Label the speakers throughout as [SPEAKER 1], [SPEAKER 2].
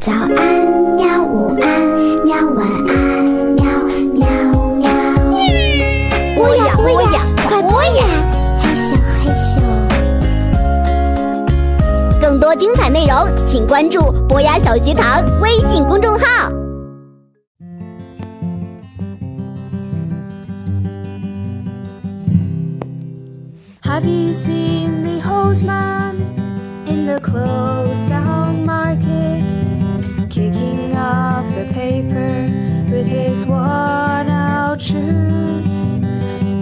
[SPEAKER 1] 早安，喵！午安，喵！晚安，喵！喵喵。播呀播呀，快播呀！害羞害羞。
[SPEAKER 2] 更多精彩内容，请关注博雅小学堂微信公众号。
[SPEAKER 3] Have you seen the old man in the closed down market kicking up the paper with his worn out shoes?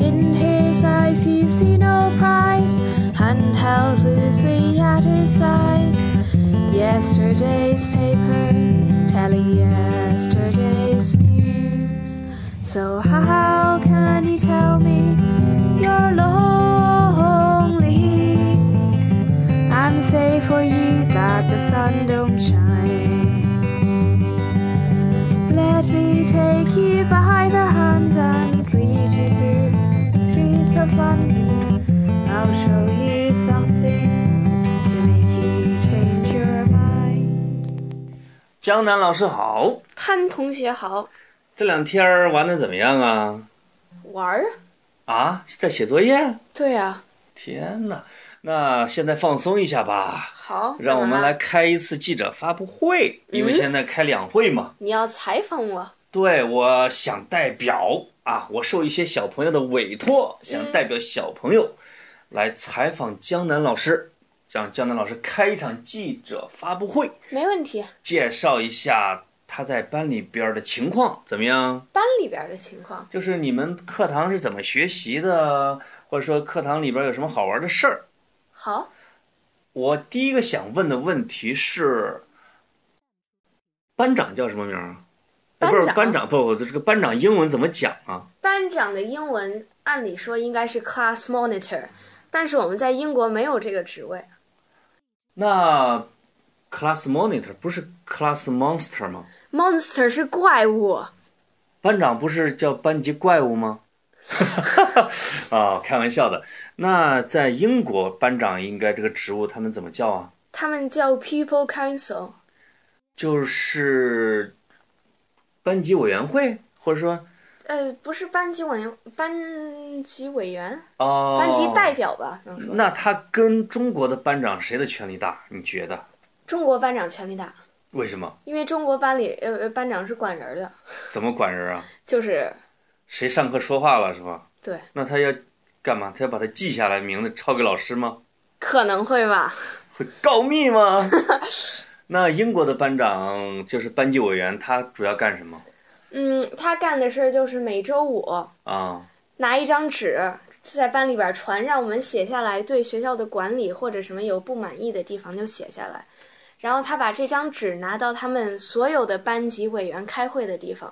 [SPEAKER 3] In his eyes, you see no pride, hand held loosely at his side. Yesterday's paper telling yesterday's news. So, how can you tell me you're lonely and say for you that the sun don't shine? Let me take you by the hand and lead you through the streets of London. I'll show you something to make you change your mind.
[SPEAKER 4] 江南老师好，
[SPEAKER 5] 潘同学好，
[SPEAKER 4] 这两天儿玩的怎么样啊？
[SPEAKER 5] 玩儿？
[SPEAKER 4] 啊，是在写作业？
[SPEAKER 5] 对啊，
[SPEAKER 4] 天哪！那现在放松一下吧，
[SPEAKER 5] 好，
[SPEAKER 4] 让我们来
[SPEAKER 5] 怎么了。
[SPEAKER 4] 开一次记者发布会，因为现在开两会嘛。
[SPEAKER 3] 嗯
[SPEAKER 5] 你要采访我？
[SPEAKER 4] 对，我想代表啊，我受一些小朋友的委托，想代表小朋友来采访江南老师，让江南老师开一场记者发布会，
[SPEAKER 5] 没问题。
[SPEAKER 4] 介绍一下他在班里边儿的情况，怎么样？
[SPEAKER 5] 班里边的情况，
[SPEAKER 4] 就是你们课堂是怎么学习的，或者说课堂里边有什么好玩的事儿。
[SPEAKER 5] 好，
[SPEAKER 4] 我第一个想问的问题是，班长叫什么名儿啊？
[SPEAKER 5] 班
[SPEAKER 4] 不
[SPEAKER 5] 长
[SPEAKER 4] 是班长，不，不这个班长英文怎么讲啊？
[SPEAKER 5] 班长的英文按理说应该是 class monitor，但是我们在英国没有这个职位。
[SPEAKER 4] 那 class monitor 不是 class monster 吗？
[SPEAKER 5] Monster 是怪物，
[SPEAKER 4] 班长不是叫班级怪物吗？ 啊，开玩笑的。那在英国，班长应该这个职务他们怎么叫啊？
[SPEAKER 5] 他们叫 People Council。
[SPEAKER 4] 就是班级委员会，或者说
[SPEAKER 5] 呃，不是班级委员，班级委员，
[SPEAKER 4] 哦，
[SPEAKER 5] 班级代。表吧，能说。
[SPEAKER 4] 那他跟中国的班长谁的权力大？你觉得
[SPEAKER 5] 中国班长权力大，
[SPEAKER 4] 为什么？
[SPEAKER 5] 因为中国班里呃呃班长是管人儿的，
[SPEAKER 4] 怎么管人啊？
[SPEAKER 5] 就是
[SPEAKER 4] 谁上课说话了是吧？
[SPEAKER 5] 对，
[SPEAKER 4] 那他要干嘛？他要把他记下来，名字抄给老师吗？
[SPEAKER 5] 可能会吧。
[SPEAKER 4] 会告密 吗？那英国的班长就是班级委员，他主要干什么
[SPEAKER 5] 嗯，他干的事儿就是每周五
[SPEAKER 4] 啊？
[SPEAKER 5] 拿一张纸在班里边传，让我们写下来对学校的管理或者什么有不满意的地方就写下来，然后他把这张纸拿到他们所有的班级委员开会的地方，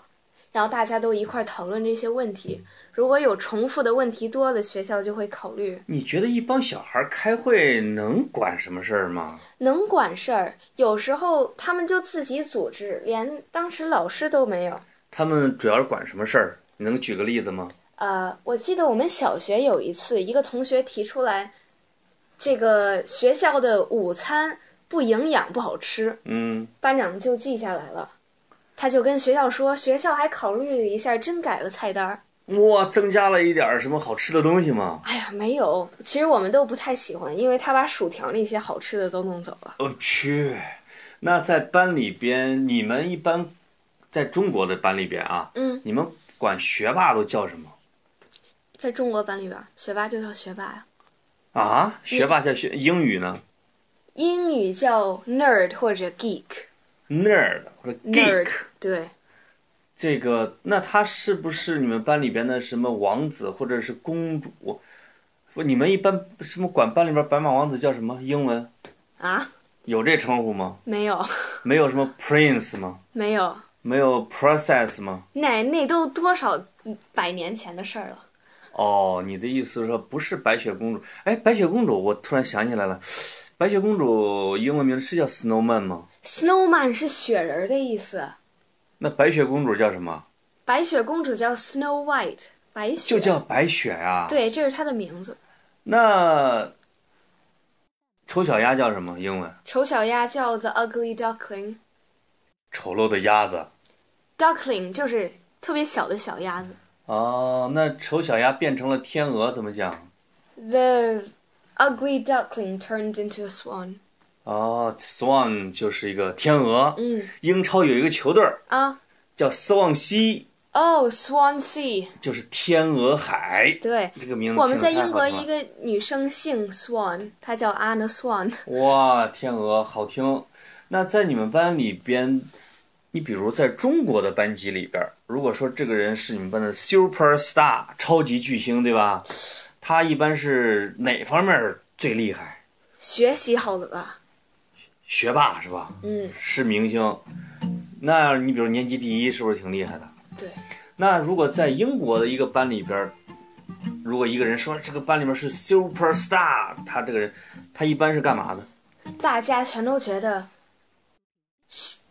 [SPEAKER 5] 然后大家都一块儿讨论这些问题。如果有重复的问题多了，学校就会考虑
[SPEAKER 4] 你觉得一帮小孩开会能管什么事儿吗？
[SPEAKER 5] 能管事儿。有时候他们就自己组织，连当时老师都没有。
[SPEAKER 4] 他们主要是管什么事儿？你能举个例子吗？
[SPEAKER 5] 呃，我记得我们小学有一次，一个同学提出来，这个学校的午餐不营养，不好吃，
[SPEAKER 4] 嗯，
[SPEAKER 5] 班长就记下来了。他就跟学校说，学校还考虑了一下，真改了菜单儿。
[SPEAKER 4] 哇，增加了一点儿什么好吃的东西吗？
[SPEAKER 5] 哎呀，没有，其实我们都不太喜欢，因为他把薯条那些好吃的都弄走了。
[SPEAKER 4] 我哦去，那在班里边，你们一般在中国的班里边啊，
[SPEAKER 5] 嗯，
[SPEAKER 4] 你们管学霸都叫什么
[SPEAKER 5] 在中国班里边，学霸就叫学霸呀，
[SPEAKER 4] 啊？学霸叫学英语呢
[SPEAKER 5] 英语叫 nerd 或者 geek，nerd
[SPEAKER 4] ，nerd 或者 geek，
[SPEAKER 5] 对，
[SPEAKER 4] 这个那他是不是你们班里边的什么王子或者是公主？不，你们一般什么管班里边白马王子叫什么？英文
[SPEAKER 5] 啊，
[SPEAKER 4] 有这称呼吗？
[SPEAKER 5] 没有，
[SPEAKER 4] 没有什么 prince 吗？
[SPEAKER 5] 没有。
[SPEAKER 4] 没有 process 吗？
[SPEAKER 5] 那那都多少百年前的事儿了？
[SPEAKER 4] 哦，你的意思是说不是白雪公主？哎，白雪公主，我突然想起来了，白雪公主英文名是叫 Snowman 吗？
[SPEAKER 5] Snowman 是雪人儿的意思，
[SPEAKER 4] 那白雪公主叫什么？
[SPEAKER 5] 白雪公主叫 Snow White，白雪
[SPEAKER 4] 就叫白雪啊。。
[SPEAKER 5] 对，这是她的名字。
[SPEAKER 4] 那丑小鸭叫什么？英文？
[SPEAKER 5] 丑小鸭叫 The Ugly Duckling，
[SPEAKER 4] 丑陋的鸭子
[SPEAKER 5] duckling 就是特别小的小鸭子
[SPEAKER 4] 哦，那丑小鸭变成了天鹅，怎么讲？
[SPEAKER 5] ，the ugly duckling turned into a swan。
[SPEAKER 4] 哦，swan 就是一个天鹅。
[SPEAKER 5] 嗯
[SPEAKER 4] 英超有一个球队儿
[SPEAKER 5] 啊，
[SPEAKER 4] 叫斯旺西，
[SPEAKER 5] 哦，Swansea，
[SPEAKER 4] 就是天鹅海。
[SPEAKER 5] 对。
[SPEAKER 4] 这个名字
[SPEAKER 5] 我们在
[SPEAKER 4] 听着
[SPEAKER 5] 英国
[SPEAKER 4] 太好
[SPEAKER 5] 一
[SPEAKER 4] 听了
[SPEAKER 5] 个女生姓 Swan，她叫 Anna Swan。
[SPEAKER 4] 哇，天鹅好听。那在你们班里边，你比如在中国的班级里边儿，如果说这个人是你们班的 super star 超级巨星，对吧？他一般是哪方面儿最厉害？
[SPEAKER 5] 学习好了吧？
[SPEAKER 4] 学霸是吧？
[SPEAKER 5] 嗯，
[SPEAKER 4] 是明星。那你比如年级第一，是不是挺厉害的？
[SPEAKER 5] 对。
[SPEAKER 4] 那如果在英国的一个班里边儿，如果一个人说这个班里面是 super star，他这个人，他一般是干嘛的？
[SPEAKER 5] 大家全都觉得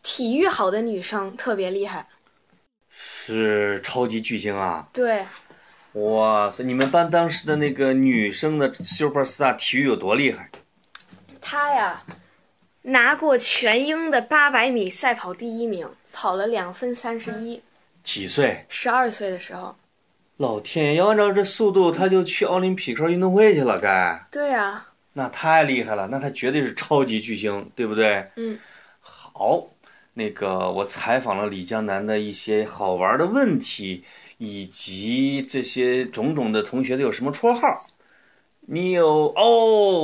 [SPEAKER 5] 体育好的女生特别厉害。
[SPEAKER 4] 是超级巨星啊！
[SPEAKER 5] 对，
[SPEAKER 4] 哇塞，你们班当时的那个女生的 super star 体育有多厉害？
[SPEAKER 5] 她呀，拿过全英的八百米赛跑第一名，跑了两分三十一。
[SPEAKER 4] 几岁？
[SPEAKER 5] 十二岁的时候，
[SPEAKER 4] 老天爷，要按照这速度，她就去奥林匹克运动会去了，该。
[SPEAKER 5] 对啊，
[SPEAKER 4] 那太厉害了，那他绝对是超级巨星，对不对？
[SPEAKER 5] 嗯，
[SPEAKER 4] 好，那个我采访了李江南的一些好玩的问题，以及这些种种的同学都有什么绰号。你有哦，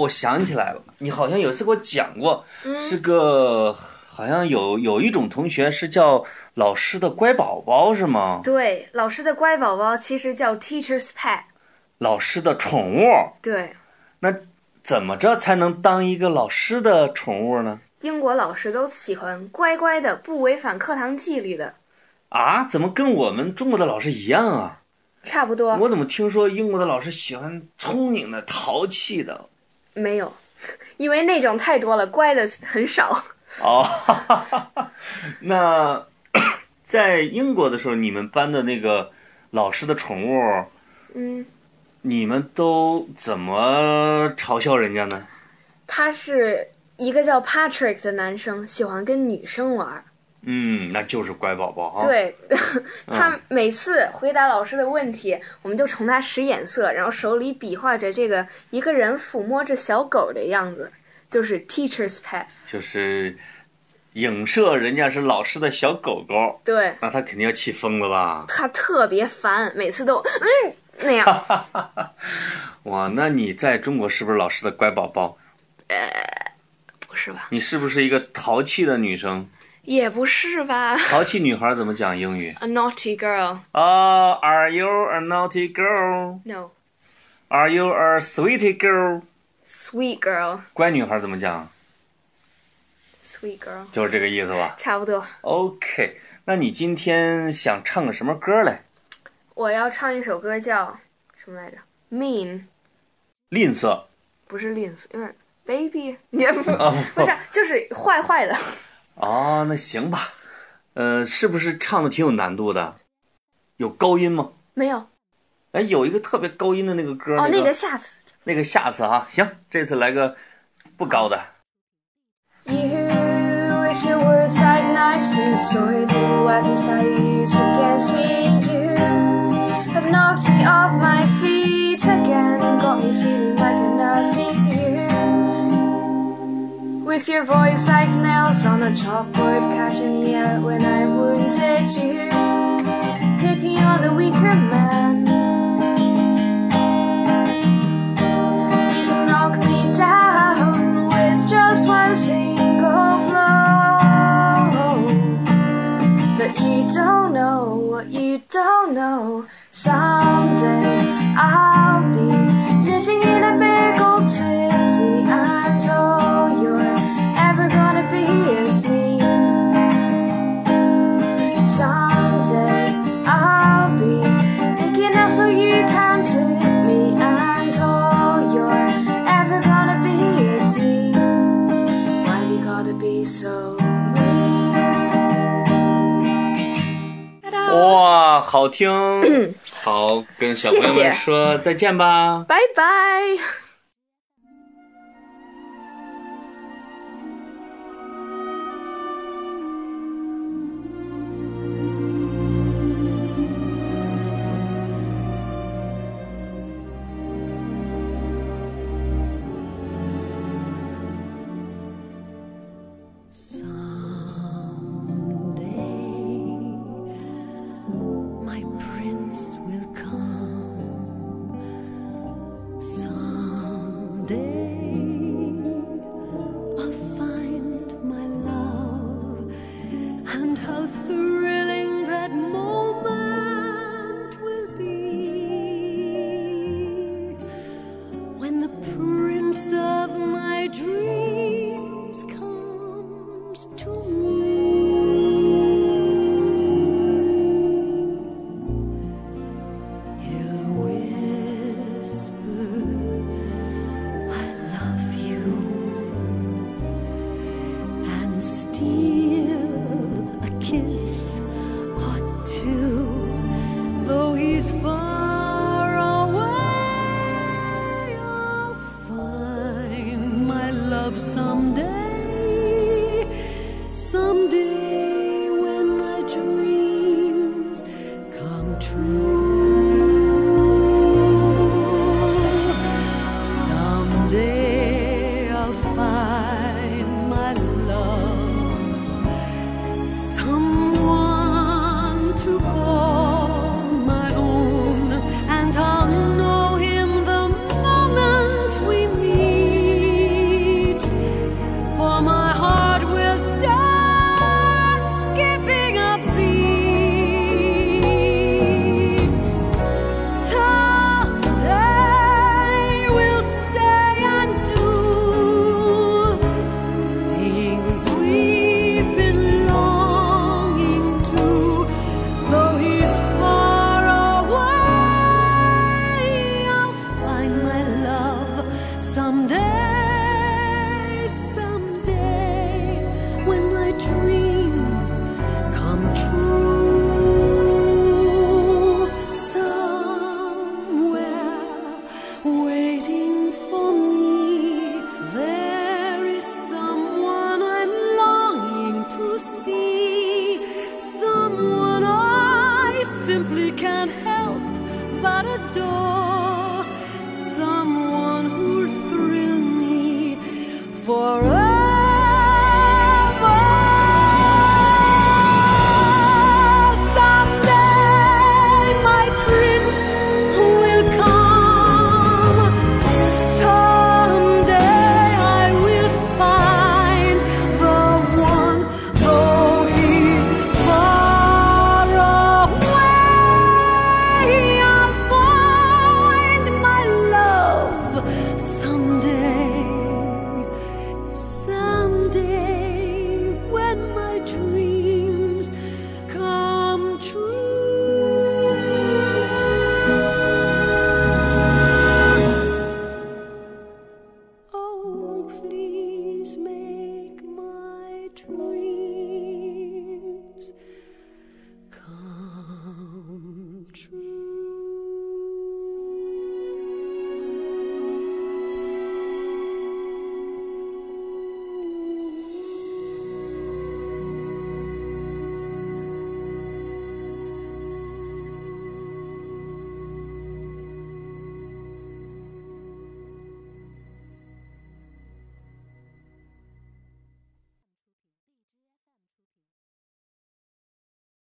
[SPEAKER 4] 我想起来了，你好像有一次给我讲过，
[SPEAKER 5] 嗯
[SPEAKER 4] 是个好像有有一种同学是叫老师的乖宝宝是吗？
[SPEAKER 5] 对，老师的乖宝宝其实叫 Teacher's Pet。
[SPEAKER 4] 老师的宠物，
[SPEAKER 5] 对，
[SPEAKER 4] 那怎么着才能当一个老师的宠物呢？
[SPEAKER 5] 英国老师都喜欢乖乖的、不违反课堂纪律的，
[SPEAKER 4] 啊，怎么跟我们中国的老师一样啊？
[SPEAKER 5] 差不多
[SPEAKER 4] 我怎么听说英国的老师喜欢聪明的、淘气的？
[SPEAKER 5] 没有， 因为那种太多了，乖的很少。
[SPEAKER 4] 哦， 哈哈哈哈那在英国的时候，你们班的那个老师的宠物，
[SPEAKER 5] 嗯，
[SPEAKER 4] 你们都怎么嘲笑人家呢？
[SPEAKER 5] 他是一个叫 Patrick 的男生，喜欢跟女生玩儿。
[SPEAKER 4] 嗯，那就是乖宝宝啊。，
[SPEAKER 5] 对，他每次回答老师的问题，我们就冲他使眼色，然后手里比划着这个一个人抚摸着小狗的样子，就是 teacher's pet。
[SPEAKER 4] 就是影射人家是老师的小狗狗，
[SPEAKER 5] 对
[SPEAKER 4] 那他肯定要气疯了吧？
[SPEAKER 5] 他特别烦，每次都嗯那样。
[SPEAKER 4] 哇，那你在中国是不是老师的乖宝宝？
[SPEAKER 5] 不是吧？
[SPEAKER 4] 你是不是一个淘气的女生？
[SPEAKER 5] 也不是吧
[SPEAKER 4] 淘气女孩怎么讲英语
[SPEAKER 5] ？A naughty girl.
[SPEAKER 4] 啊、a r e you a naughty girl?
[SPEAKER 5] No.
[SPEAKER 4] Are you a sweetie girl?
[SPEAKER 5] Sweet girl.
[SPEAKER 4] 乖女孩怎么讲？
[SPEAKER 5] Sweet girl.
[SPEAKER 4] 就是这个意思吧
[SPEAKER 5] 差不多。
[SPEAKER 4] ？OK，那你今天想唱个什么歌嘞？
[SPEAKER 5] 我要唱一首歌叫什么来着？Mean，
[SPEAKER 4] 吝啬
[SPEAKER 5] 不是吝啬，有点 baby，也不
[SPEAKER 4] 啊，
[SPEAKER 5] 不是，就是坏坏 的。
[SPEAKER 4] 哦，那行吧。呃，是不是唱的挺有难度的？有高音吗？
[SPEAKER 5] 没有哦，
[SPEAKER 4] 哎，有一个特别高音的那个歌，
[SPEAKER 5] 那
[SPEAKER 4] 那
[SPEAKER 5] 个下次。
[SPEAKER 4] 那个下次啊，行，这次来个不高的。
[SPEAKER 3] You wish you were tight knives and swords and weapons that you used against me. You have knocked me off my feet again, got me feeling like a nothing. You, with your voice like nails on a chalkboard, cashing me out when I wounded you, picking on the weaker man. knock me down with just one single blow. But you don't know what you don't know. Someday I'll be living in a big old city, and all you're ever gonna be is me. Someday I'll be big enough so you can tip me, and all you're ever gonna be is me. Why we gotta be so mean?
[SPEAKER 4] 哇，好听！好，跟小朋友
[SPEAKER 5] 嗯谢谢
[SPEAKER 4] 们说再见吧。
[SPEAKER 5] 拜拜。
[SPEAKER 3] and how through Oh,